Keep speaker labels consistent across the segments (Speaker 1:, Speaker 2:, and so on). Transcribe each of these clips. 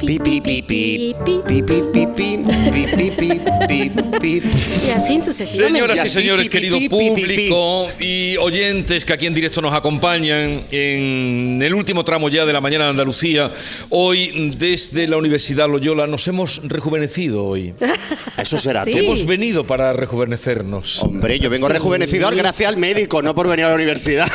Speaker 1: Pi, pi, pi, pi. Pi, pi, pi, pi. Pi, pi, pi, pi. Pi, pi, pi, pi, pi.
Speaker 2: Y así sucesivamente.
Speaker 3: Señoras
Speaker 1: Y
Speaker 3: y
Speaker 1: así,
Speaker 3: señores,
Speaker 1: pi, pi,
Speaker 3: querido
Speaker 1: pi, pi, pi, pi.
Speaker 3: público y oyentes que aquí en directo nos acompañan en el último tramo ya de la mañana de Andalucía, hoy desde la Universidad Loyola nos hemos rejuvenecido hoy.
Speaker 1: Eso será
Speaker 2: Sí.
Speaker 1: tú.
Speaker 3: Hemos venido para rejuvenecernos.
Speaker 1: Hombre, yo vengo rejuvenecidor gracias al médico, no por venir a la universidad.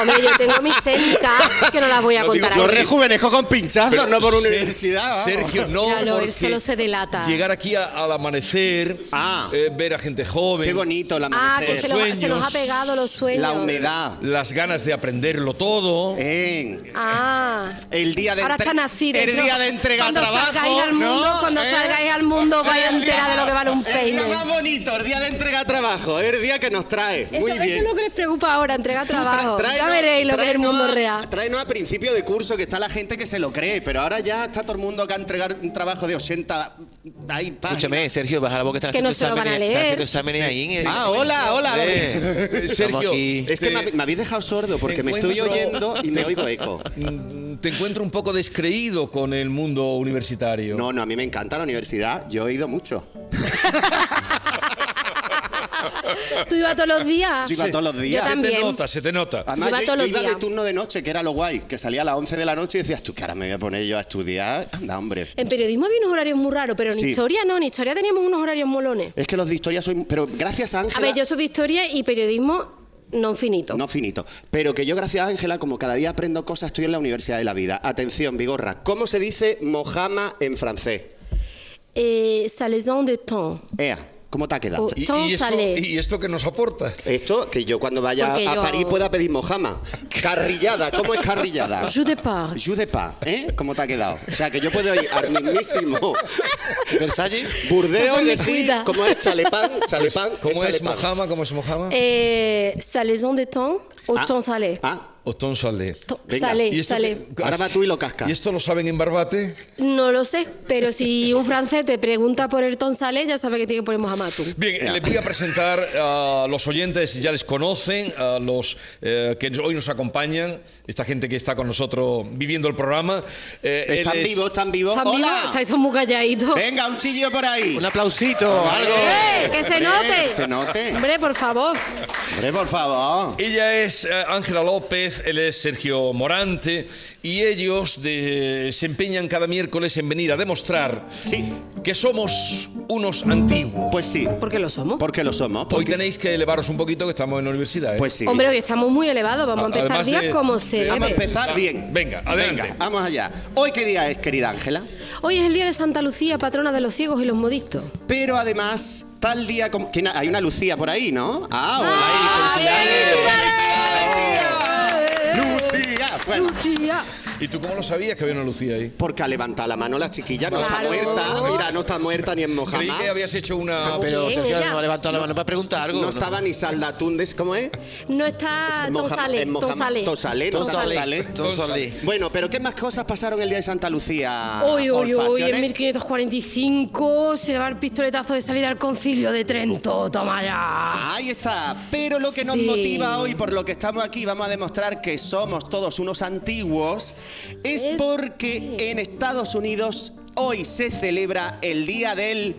Speaker 2: Hombre, yo tengo mis técnicas que no las voy a
Speaker 3: No digo
Speaker 2: contar
Speaker 1: Yo
Speaker 3: Pero-
Speaker 2: aquí.
Speaker 1: rejuvenezco con pinchazos,
Speaker 3: Pero
Speaker 1: no por
Speaker 3: Ser-
Speaker 1: universidad. vamos.
Speaker 3: Sergio, no.
Speaker 2: Míralo, él
Speaker 3: porque
Speaker 2: solo se delata.
Speaker 3: Llegar aquí a- al amanecer,
Speaker 1: Ah.
Speaker 3: eh, ver a gente joven.
Speaker 1: Qué bonito la
Speaker 2: Ah, que se,
Speaker 1: amanecer.
Speaker 2: lo- se nos
Speaker 3: Sueños.
Speaker 2: ha pegado los sueños.
Speaker 1: La humedad.
Speaker 3: Las ganas de aprenderlo todo.
Speaker 1: Eh,
Speaker 2: Ah.
Speaker 1: el día de
Speaker 2: Ahora
Speaker 1: entre-
Speaker 2: están así.
Speaker 1: El
Speaker 2: dentro.
Speaker 1: día de entrega
Speaker 2: cuando
Speaker 1: trabajo.
Speaker 2: Salgáis al
Speaker 1: ¿no?
Speaker 2: mundo, Cuando
Speaker 1: Eh,
Speaker 2: salgáis al mundo,
Speaker 1: ese es
Speaker 2: vais a
Speaker 1: el
Speaker 2: enterar
Speaker 1: día-
Speaker 2: de lo que vale un
Speaker 1: El
Speaker 2: peine.
Speaker 1: día más bonito, el día de entrega trabajo, ¿eh? el día que nos trae.
Speaker 2: Eso,
Speaker 1: Muy
Speaker 2: eso
Speaker 1: bien.
Speaker 2: es lo que les preocupa ahora, entrega trabajo.
Speaker 1: Tra- tráenos-
Speaker 2: ya veréis lo que es el
Speaker 1: tráenos
Speaker 2: mundo
Speaker 1: a-
Speaker 2: real.
Speaker 1: Tráenos a principio de curso que está la gente que se lo cree, pero ahora ya está todo el mundo que a entregar un trabajo de 80. Ahí, páginas.
Speaker 4: Escúchame, Sergio, baja la boca, están
Speaker 2: Que no se
Speaker 4: haciendo
Speaker 2: lo van a
Speaker 4: exámenes,
Speaker 2: leer.
Speaker 4: están haciendo exámenes ahí. en el-
Speaker 1: Ah, hola, hola.
Speaker 4: Hombre,
Speaker 3: Eh,
Speaker 4: estamos
Speaker 3: Sergio,
Speaker 4: aquí.
Speaker 1: Es que me, hab- me habéis dejado sordo porque me estoy
Speaker 3: encuentro-
Speaker 1: oyendo y me oigo eco.
Speaker 3: Mm, Te encuentro un poco descreído con el mundo universitario.
Speaker 1: No, no, a mí me encanta la universidad. Yo he ido mucho.
Speaker 2: Tú ibas todos los días.
Speaker 1: Yo iba todos los días.
Speaker 2: Ah, Yo
Speaker 3: se te
Speaker 2: también.
Speaker 3: nota, se te nota.
Speaker 1: Además,
Speaker 2: Iba
Speaker 1: yo,
Speaker 2: todos
Speaker 1: yo
Speaker 2: los
Speaker 1: iba de
Speaker 2: días.
Speaker 1: turno de noche, que era lo guay, que salía a las 11 de la noche y decías, tú que ahora me voy a poner yo a estudiar. Anda, hombre.
Speaker 2: En periodismo había unos horarios muy raros, pero en
Speaker 1: Sí.
Speaker 2: historia no, en historia teníamos unos horarios molones.
Speaker 1: Es que los de historia soy. Pero gracias a Ángela.
Speaker 2: A ver, yo soy de historia y periodismo no infinito.
Speaker 1: No finito. Pero que yo, gracias a Ángela, como cada día aprendo cosas, estoy en la Universidad de la Vida. Atención, Vigorra. ¿Cómo se dice Mojama en francés?
Speaker 2: Eh, salaison de temps.
Speaker 1: Ea, ¿cómo te ha quedado?
Speaker 2: Oh.
Speaker 3: ¿Y,
Speaker 2: Tom
Speaker 3: y esto,
Speaker 2: Salé.
Speaker 3: ¿Y esto que nos aporta?
Speaker 1: Esto, que yo cuando vaya
Speaker 2: Porque
Speaker 1: a
Speaker 2: yo-
Speaker 1: París pueda pedir Mojama. Carrillada, ¿cómo es carrillada?
Speaker 2: Je départ.
Speaker 1: Jus de pa, ¿eh? ¿Cómo te ha quedado? O sea, que yo puedo ir al mismísimo
Speaker 4: Versalles.
Speaker 1: Burdeos
Speaker 2: Eso
Speaker 1: y
Speaker 2: me
Speaker 1: decir,
Speaker 2: cuida.
Speaker 1: ¿cómo es chalepán? Chalepán,
Speaker 3: ¿Cómo es
Speaker 1: chalepán.
Speaker 3: Mojama? ¿Cómo es Mojama?
Speaker 2: Eh, salaison de temps o temps salé.
Speaker 1: Ah,
Speaker 3: O Tom eh, Salé.
Speaker 2: Temps
Speaker 1: venga. este
Speaker 2: salé,
Speaker 3: ¿Y esto
Speaker 2: salé.
Speaker 3: qué-
Speaker 1: ahora va tú y lo cascas.
Speaker 3: ¿Y esto lo saben en Barbate?
Speaker 2: No lo sé, pero si un francés te pregunta por el temps salé, ya sabe que tiene que poner Mohamed tú.
Speaker 3: Bien, les voy a presentar a los oyentes, ya les conocen, a los eh, que hoy nos acompañan, esta gente que está con nosotros viviendo el programa. Eh, él
Speaker 1: ¿Están
Speaker 3: es-
Speaker 1: vivos? ¿Están vivos?
Speaker 2: ¿Están
Speaker 1: Oh,
Speaker 2: vivos?
Speaker 1: ¡Hola! Eh.
Speaker 2: Estáis todos muy calladitos.
Speaker 1: Venga, un chillo por ahí.
Speaker 4: Un aplausito, algo.
Speaker 2: ¡Eh, ¡Que se
Speaker 1: Hombre,
Speaker 2: note!
Speaker 1: se note.
Speaker 2: Hombre, por favor.
Speaker 1: Hombre, por favor.
Speaker 3: Ella es eh, Ángela López, él es Sergio Morante y ellos de- se empeñan cada miércoles en venir a demostrar
Speaker 1: Sí.
Speaker 3: que somos unos antiguos.
Speaker 1: Pues sí,
Speaker 2: ¿Por qué lo somos?
Speaker 1: porque lo somos.
Speaker 3: Hoy
Speaker 1: Porque,
Speaker 3: tenéis que elevaros un poquito que estamos en la universidad. ¿eh?
Speaker 1: pues sí.
Speaker 2: Hombre, hoy estamos muy elevados. Vamos a
Speaker 3: Además
Speaker 2: empezar
Speaker 3: de-
Speaker 2: días como se
Speaker 3: de-
Speaker 1: Vamos a
Speaker 2: debe.
Speaker 1: empezar bien.
Speaker 3: Ah, Venga, adelante.
Speaker 1: Venga, vamos allá. ¿Hoy qué día es, querida Ángela?
Speaker 2: Hoy es el día de Santa Lucía, patrona de los ciegos y los modistos.
Speaker 1: Pero además, tal día como... ¿Quién ha- Hay una Lucía por ahí, ¿no? ¡Ah, hola! ¡Lucía! Bueno,
Speaker 2: Lucía.
Speaker 3: ¿Y tú cómo lo sabías que había una Lucía ahí?
Speaker 1: porque ha levantado la mano la chiquilla, no
Speaker 2: Claro.
Speaker 1: está muerta. Mira, no está muerta ni en
Speaker 3: Creí
Speaker 1: Mojama.
Speaker 3: que habías hecho una...
Speaker 4: Pero
Speaker 2: Bien,
Speaker 4: Sergio
Speaker 2: ella.
Speaker 4: no ha levantado la mano para preguntar algo.
Speaker 1: No estaba ni Salda Tundes, ¿cómo es?
Speaker 2: No está
Speaker 1: Es Mojama-
Speaker 2: Ah, Tosale.
Speaker 1: es Mojama-
Speaker 2: Tosale.
Speaker 1: Tosale, no está Tosale.
Speaker 4: Entonces,
Speaker 1: Bueno, pero ¿qué más cosas pasaron el día de Santa Lucía?
Speaker 2: Hoy, hoy, hoy,
Speaker 1: Olfaciones?
Speaker 2: en 1545 se daba el pistoletazo de salida al concilio de Trento. Toma ya.
Speaker 1: Ahí está. Pero lo que nos
Speaker 2: Sí.
Speaker 1: motiva hoy, por lo que estamos aquí, vamos a demostrar que somos todos unos antiguos, es
Speaker 2: Es-
Speaker 1: porque en Estados Unidos hoy se celebra el Día del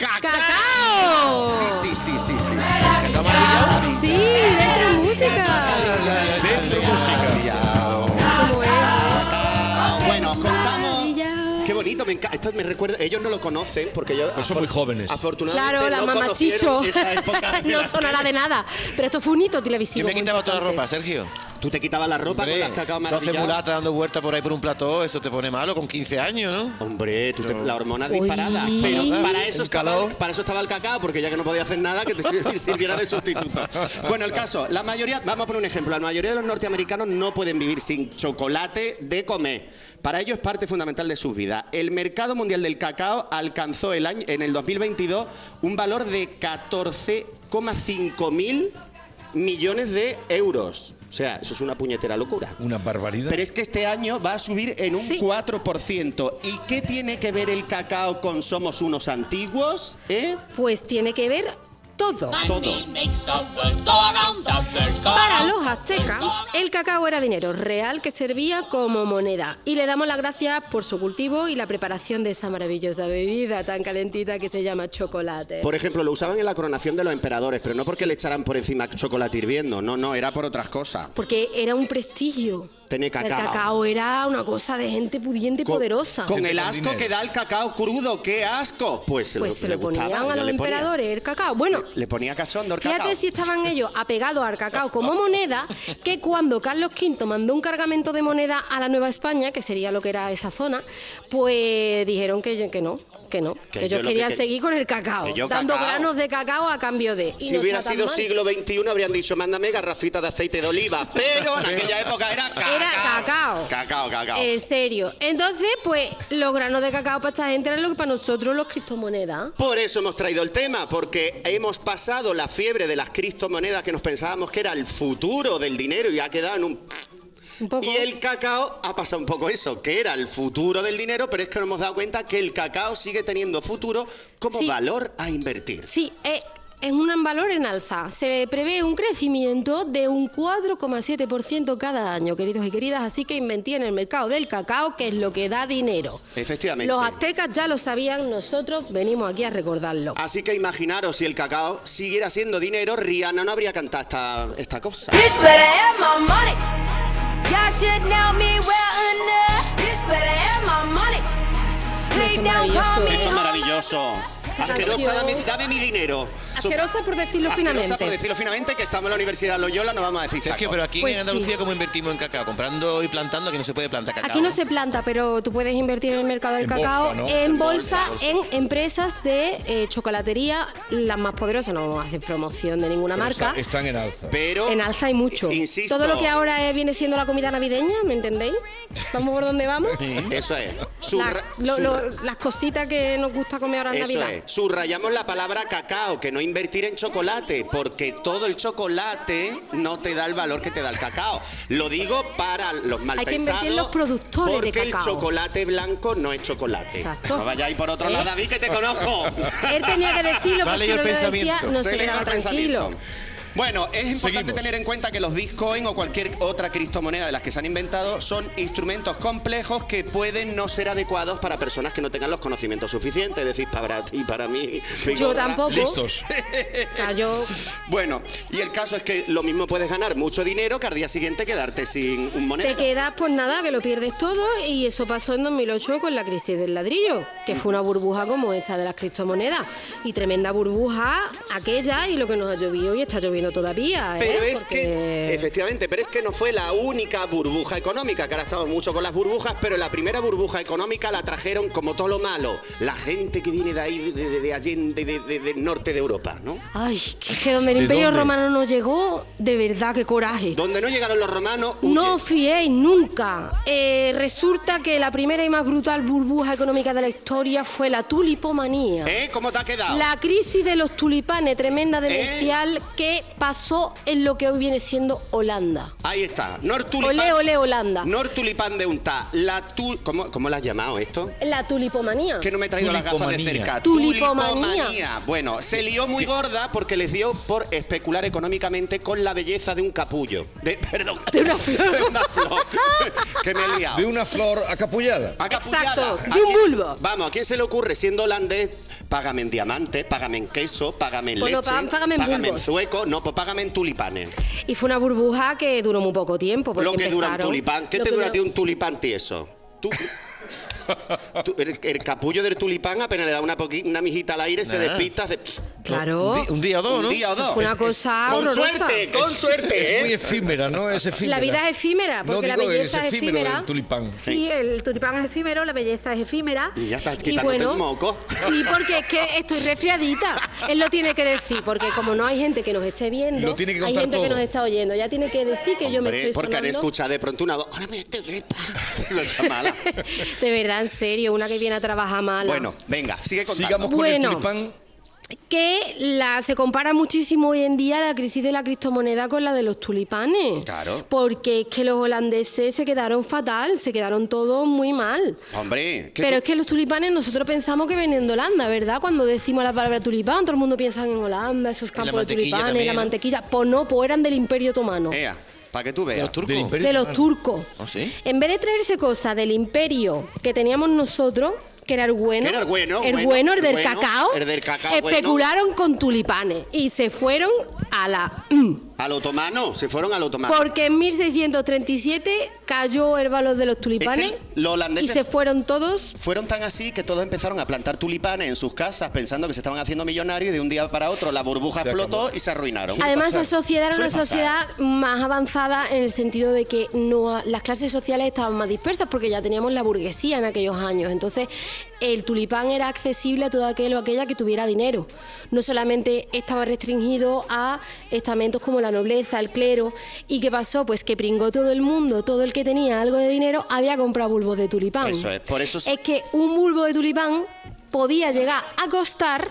Speaker 2: ¡Cacao!
Speaker 1: Sí, sí, sí, sí, sí.
Speaker 2: Sí, dentro música.
Speaker 3: Dentro música.
Speaker 2: ¿Cómo es?
Speaker 1: Ah, Bueno, os contamos.
Speaker 2: Maravilla.
Speaker 1: Qué bonito, me encanta. Esto me recuerda. Ellos no lo conocen porque yo.
Speaker 3: son muy jóvenes.
Speaker 1: Afortunadamente.
Speaker 2: Claro, la
Speaker 1: no
Speaker 2: mamá
Speaker 1: conocieron
Speaker 2: Chicho.
Speaker 1: Esa época de
Speaker 2: no
Speaker 1: la-
Speaker 2: sonará de nada. Pero esto fue un hito televisivo.
Speaker 4: ¿Quién me
Speaker 2: muy
Speaker 4: quitaba toda la
Speaker 2: importante.
Speaker 4: ropa, Sergio?
Speaker 1: Tú te quitabas la ropa
Speaker 4: Hombre,
Speaker 2: pues
Speaker 1: con las cacao
Speaker 4: 12
Speaker 1: maravilladas.
Speaker 4: mulatas dando vueltas por ahí por un plató, eso te pone malo con 15 años, ¿no?
Speaker 1: Hombre, tú te-
Speaker 4: No.
Speaker 1: la hormona disparada. Pero
Speaker 4: Uy.
Speaker 1: para eso,
Speaker 4: El
Speaker 1: estaba,
Speaker 4: calor.
Speaker 1: para eso estaba el cacao, porque ya que no podía hacer nada, que te sir- sirviera de sustituto. Bueno, el caso, la mayoría, vamos a poner un ejemplo, la mayoría de los norteamericanos no pueden vivir sin chocolate de comer. Para ello es parte fundamental de sus vidas. El mercado mundial del cacao alcanzó el año, en el 2022 un valor de 14,5 mil millones de euros. O sea, eso es una puñetera locura.
Speaker 3: Una barbaridad.
Speaker 1: Pero es que este año va a subir en un
Speaker 2: Sí.
Speaker 1: 4%. ¿Y qué tiene que ver el cacao con Somos Unos Antiguos? ¿Eh?
Speaker 2: Pues tiene que ver todo.
Speaker 1: Todo.
Speaker 2: Para los aztecas, el cacao era dinero real que servía como moneda. Y le damos las gracias por su cultivo y la preparación de esa maravillosa bebida tan calentita que se llama chocolate.
Speaker 1: Por ejemplo, lo usaban en la coronación de los emperadores, pero no porque le echaran por encima chocolate hirviendo. No, no, era por otras cosas.
Speaker 2: Porque era un prestigio.
Speaker 1: Tener
Speaker 2: El
Speaker 1: cacao.
Speaker 2: cacao era una cosa de gente pudiente y
Speaker 1: Con-
Speaker 2: poderosa.
Speaker 1: Con el
Speaker 3: Con
Speaker 1: asco
Speaker 3: dinero.
Speaker 1: que da el cacao crudo, ¡qué asco! Pues se
Speaker 2: pues
Speaker 1: lo,
Speaker 2: se
Speaker 1: le
Speaker 2: lo
Speaker 1: gustaba,
Speaker 2: ponían
Speaker 1: ya
Speaker 2: a los
Speaker 1: le ponía.
Speaker 2: emperadores el cacao. Bueno,
Speaker 1: Le ponía cachondo el cacao.
Speaker 2: Fíjate si estaban ellos apegados al cacao como moneda, que cuando Carlos V mandó un cargamento de moneda a la Nueva España, que sería lo que era esa zona, pues dijeron que, que no, que no,
Speaker 1: Que
Speaker 2: que,
Speaker 1: yo lo
Speaker 2: ellos
Speaker 1: que
Speaker 2: querían
Speaker 1: quer-
Speaker 2: seguir con el cacao,
Speaker 1: que yo
Speaker 2: dando
Speaker 1: cacao.
Speaker 2: granos de cacao a cambio de... y
Speaker 1: Si
Speaker 2: no está
Speaker 1: hubiera
Speaker 2: tan
Speaker 1: sido
Speaker 2: mal.
Speaker 1: siglo XXI habrían dicho, mándame garrafitas de aceite de oliva, pero en aquella época era cacao.
Speaker 2: Era cacao. Eh,
Speaker 1: Cacao, cacao.
Speaker 2: En serio. Entonces, pues, los granos de cacao para esta gente eran lo que para nosotros los cristomonedas.
Speaker 1: Por eso hemos traído el tema, porque hemos pasado la fiebre de las criptomonedas que nos pensábamos que era el futuro del dinero y ha quedado en un...
Speaker 2: Un poco.
Speaker 1: Y el cacao ha pasado un poco eso, que era el futuro del dinero, pero es que nos hemos dado cuenta que el cacao sigue teniendo futuro como
Speaker 2: Sí.
Speaker 1: valor a invertir.
Speaker 2: Sí, eh, es un valor en alza. Se prevé un crecimiento de un 4,7% cada año, queridos y queridas. Así que inventí en el mercado del cacao, que es lo que da dinero.
Speaker 1: Efectivamente.
Speaker 2: Los aztecas ya lo sabían, nosotros venimos aquí a recordarlo.
Speaker 1: Así que imaginaros si el cacao siguiera siendo dinero, Rihanna no habría cantado esta, esta cosa.
Speaker 5: This better have my money. Y'all should know me well enough. This better have my money. They
Speaker 2: Esto es
Speaker 5: don't call
Speaker 2: maravilloso.
Speaker 5: me
Speaker 1: Esto es
Speaker 5: home.
Speaker 1: maravilloso. Asquerosa, dame, dame mi dinero.
Speaker 2: Asquerosa por decirlo
Speaker 1: Asquerosa, por
Speaker 2: finamente.
Speaker 1: decirlo finamente, que estamos en la Universidad Loyola, no vamos a decir
Speaker 4: Sergio,
Speaker 1: taco.
Speaker 4: pero aquí
Speaker 2: Pues
Speaker 4: en
Speaker 2: sí.
Speaker 4: Andalucía, ¿cómo invertimos en cacao? Comprando y plantando, que no se puede plantar cacao.
Speaker 2: Aquí no se planta, pero tú puedes invertir en el mercado del
Speaker 3: En
Speaker 2: cacao
Speaker 3: bolsa, ¿no?
Speaker 2: en bolsa, en empresas de eh, chocolatería, las más poderosas. No vamos a hacer promoción de ninguna
Speaker 3: Pero
Speaker 2: marca.
Speaker 3: está- Están en alza.
Speaker 1: Pero
Speaker 2: En alza hay mucho.
Speaker 1: Insisto.
Speaker 2: Todo lo que ahora eh, viene siendo la comida navideña, ¿me entendéis? ¿Vamos por donde vamos?
Speaker 1: Eso es.
Speaker 2: La-
Speaker 1: Subra-
Speaker 2: lo-
Speaker 1: subra-
Speaker 2: lo- las cositas que nos gusta comer ahora en
Speaker 1: Eso
Speaker 2: Navidad.
Speaker 1: es. Subrayamos la palabra cacao, que no invertir en chocolate, porque todo el chocolate no te da el valor que te da el cacao. Lo digo para los malpensados.
Speaker 2: que invertir en los productores de
Speaker 1: Porque el
Speaker 2: cacao.
Speaker 1: chocolate blanco no es chocolate.
Speaker 2: Exacto. Eh.
Speaker 1: No vayáis por otro lado, David, que te conozco.
Speaker 2: Él tenía que decirlo,
Speaker 4: Me
Speaker 2: pero
Speaker 4: ha
Speaker 2: si
Speaker 4: leído
Speaker 2: no lo decía,
Speaker 4: el pensamiento.
Speaker 2: no
Speaker 1: Te
Speaker 2: se
Speaker 1: he leído
Speaker 2: quedaba
Speaker 1: el
Speaker 2: tranquilo.
Speaker 1: pensamiento. Bueno, es importante
Speaker 3: Seguimos.
Speaker 1: tener en cuenta que los Bitcoin o cualquier otra criptomoneda de las que se han inventado son instrumentos complejos que pueden no ser adecuados para personas que no tengan los conocimientos suficientes. Es decir, para ti, para mí.
Speaker 2: Yo
Speaker 1: Vigorra.
Speaker 2: tampoco.
Speaker 3: Listos.
Speaker 2: O sea, yo-
Speaker 1: Bueno, y el caso es que lo mismo puedes ganar mucho dinero que al día siguiente quedarte sin un
Speaker 2: te
Speaker 1: monedero.
Speaker 2: quedas pues nada, que lo pierdes todo y eso pasó en 2008 con la crisis del ladrillo, que fue una burbuja como esta de las criptomonedas y tremenda burbuja aquella y lo que nos ha llovido y está lloviendo todavía. ¿eh?
Speaker 1: Pero es que,
Speaker 2: Porque-
Speaker 1: efectivamente, pero es que no fue la única burbuja económica, que ahora estamos mucho con las burbujas, pero la primera burbuja económica la trajeron como todo lo malo, la gente que viene de ahí, de, de- de Allende, de- de- del norte de Europa, ¿no?
Speaker 2: Ay, que, es que donde el
Speaker 3: ¿De
Speaker 2: Imperio
Speaker 3: dónde?
Speaker 2: Romano no llegó, de verdad, qué coraje.
Speaker 1: Donde no llegaron los romanos, huyen.
Speaker 2: No os fiéis nunca. Eh, resulta que la primera y más brutal burbuja económica de la historia fue la tulipomanía.
Speaker 1: ¿Eh? ¿Cómo te ha quedado?
Speaker 2: La crisis de los tulipanes tremenda demencial
Speaker 1: ¿Eh?
Speaker 2: que pasó en lo que hoy viene siendo Holanda.
Speaker 1: Ahí está, Nortulipán.
Speaker 2: Ole, ole, Holanda.
Speaker 1: Nortulipán de Unta. La tu... ¿Cómo, ¿Cómo la has llamado esto?
Speaker 2: La tulipomanía.
Speaker 1: que no me he traído las gafas de
Speaker 3: Tulipomanía.
Speaker 1: cerca.
Speaker 2: Tulipomanía.
Speaker 1: Bueno, se lió muy gorda porque les dio por especular económicamente con la belleza de un capullo. De, perdón. De una flor. De una flor. que me he liado.
Speaker 3: De una flor acapullada.
Speaker 1: Acapullada.
Speaker 2: Exacto,
Speaker 1: ¿A
Speaker 2: de un
Speaker 1: quién-
Speaker 2: bulbo.
Speaker 1: Vamos, ¿a quién se le ocurre siendo holandés? Págame en diamantes, págame en queso, págame en
Speaker 2: Pues no,
Speaker 1: leche,
Speaker 2: pa- págame en
Speaker 1: págame en
Speaker 2: bulbos.
Speaker 1: zueco, no, pues págame en tulipanes.
Speaker 2: Y fue una burbuja que duró muy poco tiempo. porque
Speaker 1: Lo que dura un
Speaker 2: empezaron-
Speaker 1: tulipán, ¿qué
Speaker 2: lo
Speaker 1: te
Speaker 2: que
Speaker 1: dura a
Speaker 2: duró-
Speaker 1: ti un tulipán tieso? Tú, tú- el, el capullo del tulipán apenas le da una, poqui- una mijita al aire, se
Speaker 4: Nah.
Speaker 1: despista, se-
Speaker 2: Claro.
Speaker 4: Un, di- un día o dos,
Speaker 1: Un
Speaker 4: ¿no?
Speaker 1: día o dos.
Speaker 2: Fue una cosa
Speaker 1: Con
Speaker 2: horrorosa.
Speaker 1: suerte, con suerte,
Speaker 3: Es muy
Speaker 1: ¿eh?
Speaker 3: efímera, ¿no? Es efímera.
Speaker 2: La vida es efímera,
Speaker 3: No
Speaker 2: porque la
Speaker 3: digo,
Speaker 2: belleza
Speaker 3: es
Speaker 2: es
Speaker 3: efímero
Speaker 2: efímera.
Speaker 3: el tulipán.
Speaker 2: Sí, el tulipán es efímero, la belleza es efímera.
Speaker 1: Y ya está, quitándote el moco.
Speaker 2: Sí, porque es que estoy resfriadita. Él lo tiene que decir, porque como no hay gente que nos esté viendo,
Speaker 3: Lo tiene que
Speaker 2: hay
Speaker 3: contar
Speaker 2: gente que
Speaker 3: todo.
Speaker 2: nos está oyendo. Ya tiene que decir que yo me
Speaker 1: Hombre,
Speaker 2: estoy
Speaker 1: porque han
Speaker 2: sonando.
Speaker 1: escuchado de pronto una voz. Ahora me estoy gripa. Digo, está mala.
Speaker 2: De verdad, en serio, una que viene a trabajar mala.
Speaker 1: Bueno, venga, sigue contando.
Speaker 3: Sigamos con
Speaker 2: Bueno.
Speaker 3: el tulipán.
Speaker 2: que la, se compara muchísimo hoy en día la crisis de la criptomoneda con la de los tulipanes.
Speaker 1: Claro.
Speaker 2: Porque es que los holandeses se quedaron fatal, se quedaron todos muy mal.
Speaker 1: Hombre, ¿qué
Speaker 2: Pero es
Speaker 1: tú-
Speaker 2: que los tulipanes nosotros pensamos que vienen de Holanda, ¿verdad? Cuando decimos la palabra tulipán, todo el mundo piensa en Holanda, esos campos de
Speaker 4: mantequilla
Speaker 2: tulipanes,
Speaker 4: también,
Speaker 2: la
Speaker 4: ¿no?
Speaker 2: mantequilla. Pues no, pues eran del Imperio Otomano,
Speaker 1: Ea, para que tú
Speaker 4: ¿De
Speaker 1: veas.
Speaker 4: los turcos?
Speaker 3: Del imperio.
Speaker 2: de los
Speaker 3: Otomano.
Speaker 2: turcos.
Speaker 4: ¿Ah, sí?
Speaker 2: En vez de traerse cosas del Imperio que teníamos nosotros, que era el bueno,
Speaker 1: Que era el bueno,
Speaker 2: el,
Speaker 1: bueno,
Speaker 2: bueno, el
Speaker 1: el
Speaker 2: del
Speaker 1: bueno,
Speaker 2: cacao,
Speaker 1: el del cacao,
Speaker 2: especularon con tulipanes y se fueron a la... mm.
Speaker 1: Al otomano, se fueron al otomano.
Speaker 2: Porque en 1637 cayó el valor de los tulipanes
Speaker 1: los
Speaker 2: y
Speaker 1: holandeses-
Speaker 2: se fueron todos
Speaker 1: Fueron tan así que todos empezaron a plantar tulipanes en sus casas pensando que se estaban haciendo millonarios y de un día para otro la burbuja explotó y se arruinaron.
Speaker 2: Además, la sociedad era
Speaker 1: Suele
Speaker 2: una
Speaker 1: pasar.
Speaker 2: sociedad más avanzada en el sentido de que no las clases sociales estaban más dispersas porque ya teníamos la burguesía en aquellos años. Entonces, el tulipán era accesible a todo aquel o aquella que tuviera dinero. No solamente estaba restringido a estamentos como la nobleza, el clero. ¿Y qué pasó? Pues que pringó todo el mundo, todo el que tenía algo de dinero había comprado bulbos de tulipán.
Speaker 1: Eso es, por eso es-
Speaker 2: es que un bulbo de tulipán podía llegar a costar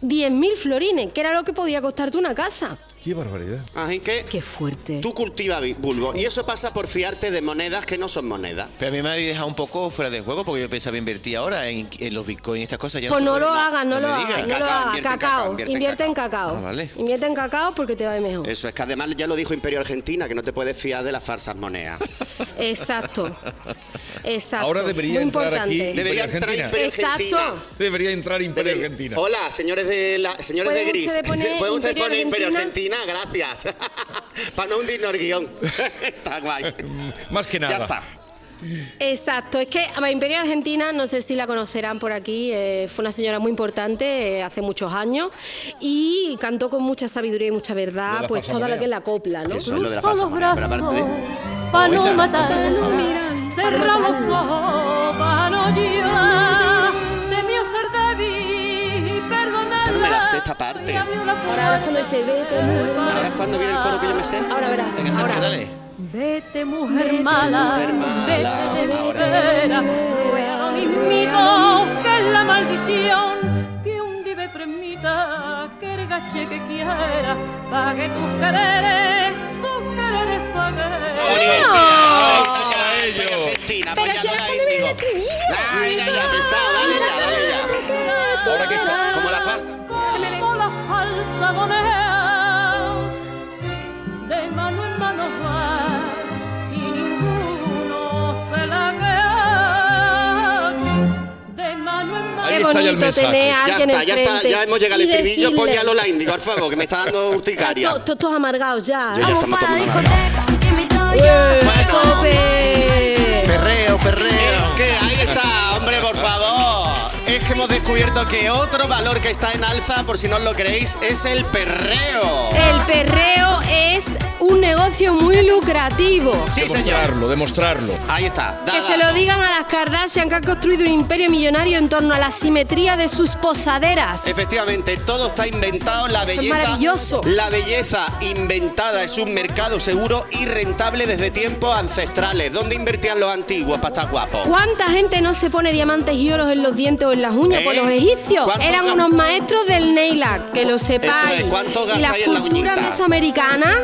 Speaker 2: 10.000 florines, que era lo que podía costarte una casa.
Speaker 3: Qué barbaridad.
Speaker 1: Así que
Speaker 2: Qué fuerte.
Speaker 1: tú cultivas vi- bulbo y eso pasa por fiarte de monedas que no son monedas.
Speaker 4: Pero a mí me habéis dejado un poco fuera de juego porque yo pensaba invertir ahora en, en los bitcoins y estas cosas. Ya
Speaker 2: Pues no
Speaker 4: se
Speaker 2: lo
Speaker 4: puede.
Speaker 2: hagas, no, lo
Speaker 4: me
Speaker 2: hagas,
Speaker 4: digas.
Speaker 2: no lo
Speaker 1: Cacao,
Speaker 2: hagas.
Speaker 1: invierte en cacao,
Speaker 2: Cacao,
Speaker 1: invierte en
Speaker 2: invierte en
Speaker 1: cacao.
Speaker 2: cacao.
Speaker 4: Ah, vale.
Speaker 2: Invierte en cacao porque te va a ir mejor.
Speaker 1: Eso es que además ya lo dijo Imperio Argentina, que no te puedes fiar de las falsas monedas.
Speaker 2: Exacto. Exacto.
Speaker 3: Ahora debería
Speaker 2: Muy
Speaker 3: entrar
Speaker 2: importante.
Speaker 3: aquí-
Speaker 1: Debería
Speaker 3: Imperio
Speaker 1: entrar
Speaker 3: Argentina.
Speaker 1: Imperio
Speaker 2: Exacto.
Speaker 1: Argentina.
Speaker 3: Debería entrar Imperio
Speaker 1: Debería-
Speaker 3: Argentina.
Speaker 1: Hola, señores de la, señores de
Speaker 2: ¿Pueden
Speaker 1: gris.
Speaker 2: ustedes poner
Speaker 1: ¿Pueden ustedes
Speaker 2: Imperio
Speaker 1: poner Imperio
Speaker 2: Argentina?
Speaker 1: Argentina? Gracias. Para no hundirnos el guión. Está guay.
Speaker 3: Más que nada.
Speaker 1: Ya está.
Speaker 2: Exacto, es que a Imperio Argentina, no sé si la conocerán por aquí, eh, fue una señora muy importante eh, hace muchos años y cantó con mucha sabiduría y mucha
Speaker 3: Lo de
Speaker 2: verdad,
Speaker 3: la
Speaker 2: pues
Speaker 3: falsa
Speaker 2: toda
Speaker 3: moneda.
Speaker 2: la que es la copla, ¿no?
Speaker 1: Eso es lo de la
Speaker 6: Cruzo
Speaker 1: falsa
Speaker 6: los
Speaker 1: moneda, pero
Speaker 6: brazos para no matarme. Cerra los
Speaker 1: aparte- Oye,
Speaker 6: ojos para no llorar. De mi ser débil y perdonar.
Speaker 1: Esta no me la sé, esta parte.
Speaker 2: Ahora es cuando dice, vete, mujer mala.
Speaker 1: Ahora es cuando viene el coro que yo me sé.
Speaker 2: Ahora verás.
Speaker 4: Venga, Sergio,
Speaker 2: Ahora.
Speaker 4: dale.
Speaker 6: Vete mujer mala,
Speaker 1: mujer mala,
Speaker 6: vete de mi
Speaker 1: ahora.
Speaker 6: pena, ruega mi mito que la maldición que un día me permita que el gache que quiera pague tus quereres, tus quereres pague.
Speaker 3: ¡Para ello!
Speaker 1: Argentina,
Speaker 2: Pero
Speaker 1: pues ya
Speaker 2: si
Speaker 1: no
Speaker 2: ahora
Speaker 1: la
Speaker 2: cuando viene el
Speaker 1: digo.
Speaker 2: estribillo.
Speaker 1: Ah, venga ya, pesado, dale ya, dale ya.
Speaker 3: Ahora que está-
Speaker 1: Como la farsa.
Speaker 6: Con la falsa moneda de mano en mano va y ninguno se la queda de mano en mano.
Speaker 3: Ahí
Speaker 2: Qué
Speaker 3: está ya el
Speaker 2: bonito
Speaker 3: mensaje.
Speaker 2: tener a
Speaker 1: Ya
Speaker 2: alguien
Speaker 1: está, ya está,
Speaker 2: enfrente
Speaker 1: ya hemos llegado al
Speaker 2: y
Speaker 1: estribillo.
Speaker 2: decirle-
Speaker 1: Pon ya Lola Índigo, por favor, que me está dando urticaria.
Speaker 2: To- to- Todos amargados ya.
Speaker 1: Yo ya estamos tomando una mano.
Speaker 4: Perreo, perreo.
Speaker 1: Es que ahí está, hombre, por favor. Es que hemos descubierto que otro valor que está en alza, por si no os lo creéis, es el perreo.
Speaker 2: El perreo es un negocio muy lucrativo.
Speaker 1: Sí, señor.
Speaker 3: Demostrarlo, demostrarlo.
Speaker 1: Ahí está.
Speaker 2: Que
Speaker 1: dala.
Speaker 2: se lo digan a las Kardashian que han construido un imperio millonario en torno a la simetría de sus posaderas.
Speaker 1: Efectivamente, todo está inventado, la
Speaker 2: Eso es
Speaker 1: belleza.
Speaker 2: maravilloso.
Speaker 1: La belleza inventada es un mercado seguro y rentable desde tiempos ancestrales. ¿Dónde invertían los antiguos para estar guapos?
Speaker 2: ¿Cuánta gente no se pone diamantes y oros en los dientes o en las uñas?
Speaker 1: ¿Eh?
Speaker 2: Pues los egipcios
Speaker 1: ¿Cuánto
Speaker 2: eran
Speaker 1: gam-
Speaker 2: unos maestros del nail art, que lo sepáis.
Speaker 1: Eso es, ¿cuánto
Speaker 2: y las
Speaker 1: gastáis en la
Speaker 2: culturas
Speaker 1: uñita?
Speaker 2: mesoamericanas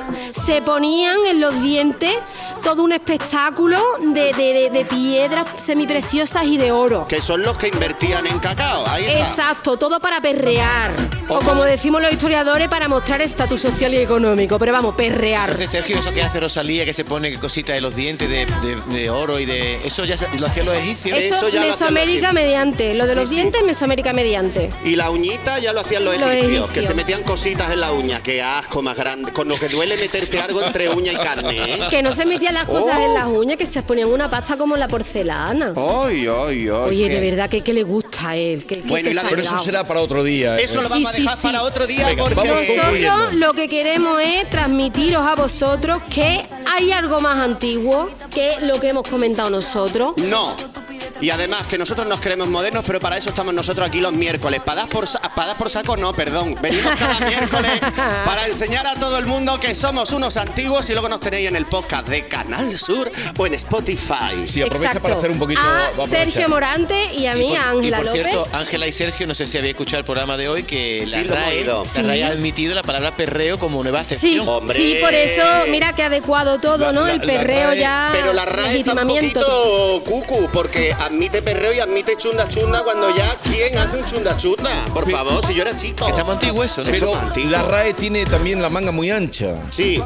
Speaker 2: se ponían en los dientes todo un espectáculo de, de- de- de piedras semipreciosas y de oro.
Speaker 1: Que son los que invertían en cacao. Ahí está.
Speaker 2: Exacto, todo para perrear. O
Speaker 1: Ojo.
Speaker 2: como decimos los historiadores, para mostrar estatus social y económico. Pero vamos, perrear.
Speaker 4: Entonces, Sergio, eso que hace Rosalía, que se pone cositas de los dientes de, de- de oro y de. Eso ya se- lo hacían los egipcios.
Speaker 2: Eso,
Speaker 1: eso ya lo hacen los
Speaker 2: Mesoamérica
Speaker 1: egipcios.
Speaker 2: mediante. Lo de
Speaker 1: Sí,
Speaker 2: los
Speaker 1: sí.
Speaker 2: dientes, Mesoamérica mediante.
Speaker 1: Y la uñita ya lo hacían los
Speaker 2: Los
Speaker 1: egipcios,
Speaker 2: egipcios.
Speaker 1: que se metían cositas en la uña. Qué asco más grande. Con lo que duele meterte algo entre uña y carne, ¿eh?
Speaker 2: Que no se metían las cosas
Speaker 1: Oh.
Speaker 2: en las uñas que se ponían una pasta como la porcelana.
Speaker 1: Ay, ay, ay.
Speaker 2: Oye, de
Speaker 1: Oh, qué-
Speaker 2: verdad que, que le gusta a él. Que, que-
Speaker 1: Bueno,
Speaker 2: que
Speaker 1: y la-
Speaker 3: Pero eso
Speaker 2: salado.
Speaker 3: será para otro día.
Speaker 1: Eso lo
Speaker 3: eh.
Speaker 1: vamos a
Speaker 2: Sí, sí,
Speaker 1: dejar
Speaker 2: sí.
Speaker 1: para otro día
Speaker 3: Venga,
Speaker 1: porque
Speaker 3: vamos
Speaker 2: Nosotros
Speaker 3: concluyendo.
Speaker 2: lo que queremos es transmitiros a vosotros que hay algo más antiguo que lo que hemos comentado nosotros.
Speaker 1: no. Y además que nosotros nos creemos modernos, pero para eso estamos nosotros aquí los miércoles. Para dar por, sa- pa' dar por saco, no, perdón. Venimos cada miércoles para enseñar a todo el mundo que somos unos antiguos y luego nos tenéis en el podcast de Canal Sur o en Spotify.
Speaker 3: Sí, aprovecha
Speaker 2: Exacto.
Speaker 3: para hacer un poquito. va a
Speaker 2: A
Speaker 3: aprovechar.
Speaker 2: Sergio Morante y a
Speaker 4: Y
Speaker 2: mí,
Speaker 4: por-
Speaker 2: a Ángela
Speaker 4: y por
Speaker 2: López.
Speaker 4: cierto, Ángela y Sergio, no sé si había escuchado el programa de hoy, que
Speaker 1: Sí, lo hemos
Speaker 4: la, RAE,
Speaker 1: oído.
Speaker 4: la RAE ha admitido la palabra perreo como nueva
Speaker 2: Sí,
Speaker 4: acepción.
Speaker 1: Hombre.
Speaker 2: sí, por eso, mira que adecuado todo,
Speaker 3: La-
Speaker 2: ¿no?
Speaker 3: la-
Speaker 2: el
Speaker 3: la
Speaker 2: perreo
Speaker 3: RAE,
Speaker 2: ya.
Speaker 1: Pero la RAE está un
Speaker 2: Ah, legitimamiento.
Speaker 1: poquito cucu, porque admite perreo y admite chunda chunda cuando ya, ¿quién hace un chunda chunda? Por favor, si yo era chico.
Speaker 4: Estamos antiguos eso, ¿no?
Speaker 1: Eso
Speaker 3: Pero
Speaker 1: es antiguo.
Speaker 3: la RAE tiene también la manga muy ancha.
Speaker 1: Sí.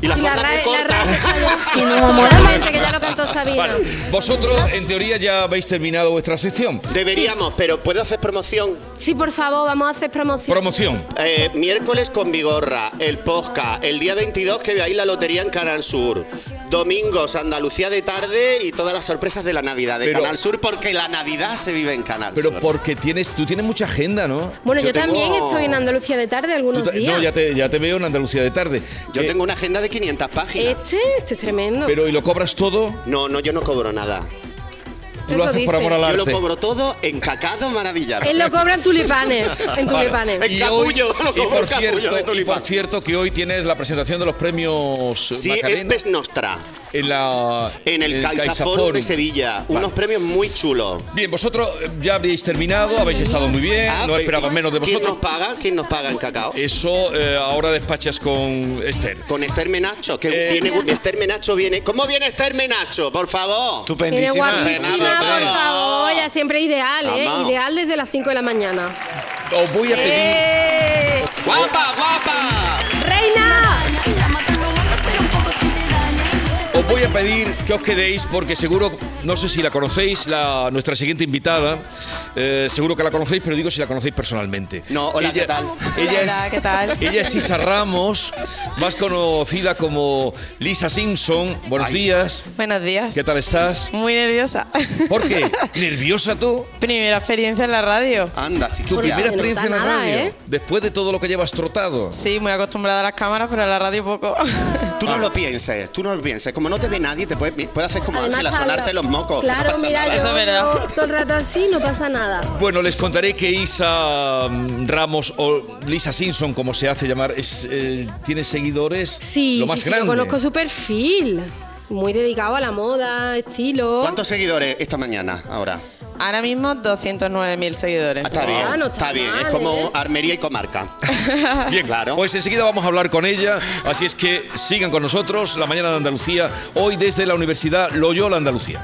Speaker 1: Y la
Speaker 2: Y la
Speaker 1: falda muy
Speaker 2: RAE, la
Speaker 1: corta.
Speaker 2: RAE se cayó. Totalmente, que ya lo cantó Sabina.
Speaker 3: Vale, vosotros en teoría ya habéis terminado vuestra sección.
Speaker 1: Deberíamos, pero ¿puedo hacer promoción?
Speaker 2: Sí, por favor, vamos a hacer promoción.
Speaker 3: Promoción.
Speaker 1: Eh, miércoles con Vigorra, el Posca, el día 22 que veáis la lotería en Canal Sur. Domingos, Andalucía de tarde y todas las sorpresas de la Navidad de
Speaker 3: Pero-
Speaker 1: Canal Sur, porque la Navidad se vive en Canal
Speaker 3: Pero
Speaker 1: Sur.
Speaker 3: porque tienes, tú tienes mucha agenda, ¿no?
Speaker 2: bueno, yo,
Speaker 1: yo tengo-
Speaker 2: también estoy en Andalucía de tarde
Speaker 3: Tú
Speaker 2: algunos
Speaker 3: ta-
Speaker 2: días.
Speaker 3: no, ya te, ya te veo en Andalucía de tarde.
Speaker 1: Yo
Speaker 3: Eh,
Speaker 1: tengo una agenda de 500 páginas.
Speaker 2: Este, este es tremendo.
Speaker 3: Pero ¿y lo cobras todo?
Speaker 1: No, no, yo no cobro nada.
Speaker 3: Tú
Speaker 2: Eso
Speaker 3: lo haces por
Speaker 2: dice.
Speaker 3: amor al
Speaker 1: Yo lo
Speaker 3: arte.
Speaker 1: cobro todo en cacado maravillado.
Speaker 2: Él lo cobra en tulipanes. En
Speaker 3: Vale.
Speaker 2: tulipanes.
Speaker 1: En capullo, lo
Speaker 3: y
Speaker 1: cobro
Speaker 3: por
Speaker 1: en capullo
Speaker 3: cierto,
Speaker 1: de
Speaker 3: y
Speaker 1: tulipán.
Speaker 3: por cierto que hoy tienes la presentación de los premios eh,
Speaker 1: Sí,
Speaker 3: Macarena
Speaker 1: este es Nostra,
Speaker 3: en la
Speaker 1: en el CaixaForum de Sevilla. Unos premios muy chulos.
Speaker 3: Bien, vosotros eh, ya habéis terminado, habéis estado muy bien,
Speaker 1: Ah,
Speaker 3: Eh, no
Speaker 1: pero-
Speaker 3: esperaba menos de
Speaker 1: ¿Quién
Speaker 3: vosotros.
Speaker 1: nos paga? ¿Quién nos paga en cacao?
Speaker 3: Eso eh, ahora despachas con Esther.
Speaker 1: Con Esther Menacho, que
Speaker 3: Eh.
Speaker 1: viene, Esther Menacho viene. ¿Cómo viene Esther Menacho? Por favor.
Speaker 2: Tiene guapísima, por
Speaker 1: Fernando.
Speaker 2: favor. Ya siempre ideal, ¿eh?
Speaker 1: Vamos.
Speaker 2: Ideal desde las 5 de la mañana.
Speaker 3: Os voy a pedir,
Speaker 2: ¡Eh!
Speaker 1: ¡Guapa, guapa!
Speaker 2: ¡Reina!
Speaker 3: os voy a pedir que os quedéis porque seguro, no sé si la conocéis, la, nuestra siguiente invitada, eh, seguro que la conocéis, pero digo si la conocéis personalmente.
Speaker 1: No, hola, ¿qué tal?
Speaker 3: Ella
Speaker 7: Hola,
Speaker 3: es,
Speaker 7: ¿qué tal?
Speaker 3: Ella es Isa Ramos, más conocida como Lisa Simpson. Buenos días.
Speaker 7: Buenos días.
Speaker 3: ¿Qué tal estás?
Speaker 7: Muy nerviosa.
Speaker 3: ¿Por qué? ¿Nerviosa tú?
Speaker 7: Primera experiencia en la radio.
Speaker 1: Anda,
Speaker 3: Tu
Speaker 1: chiquilla.
Speaker 3: primera
Speaker 2: no
Speaker 3: experiencia en la
Speaker 2: da nada,
Speaker 3: radio.
Speaker 2: ¿eh?
Speaker 3: Después de todo lo que llevas trotado.
Speaker 7: Sí, muy acostumbrada a las cámaras, pero a la radio poco.
Speaker 1: Tú
Speaker 3: ah.
Speaker 1: no lo pienses, tú no lo pienses. Como no te ve nadie, te puedes, puedes hacer como Ángela,
Speaker 2: Carla-
Speaker 1: sonarte los mocos. que
Speaker 2: Claro,
Speaker 1: no pasa
Speaker 2: mira,
Speaker 1: nada.
Speaker 2: yo
Speaker 7: Eso es verdad.
Speaker 2: no- todo el rato así no pasa nada.
Speaker 3: Bueno, les contaré que Isa mm, Ramos o Lisa Simpson, como se hace llamar, es, eh, tiene seguidores
Speaker 2: Sí,
Speaker 3: lo más
Speaker 2: sí, sí, yo
Speaker 3: grande.
Speaker 2: conozco su perfil. Muy dedicado a la moda, estilo.
Speaker 1: ¿Cuántos seguidores esta mañana ahora?
Speaker 7: Ahora mismo 209.000
Speaker 3: Eh,
Speaker 7: seguidores.
Speaker 1: Ah, está
Speaker 2: Ah,
Speaker 1: bien,
Speaker 2: no está
Speaker 1: está bien. Es
Speaker 2: mal,
Speaker 1: como
Speaker 2: ¿eh?
Speaker 1: armería y comarca.
Speaker 3: Bien,
Speaker 1: Claro.
Speaker 3: Pues enseguida vamos a hablar con ella, así es que sigan con nosotros la mañana de Andalucía, hoy desde la Universidad Loyola Andalucía.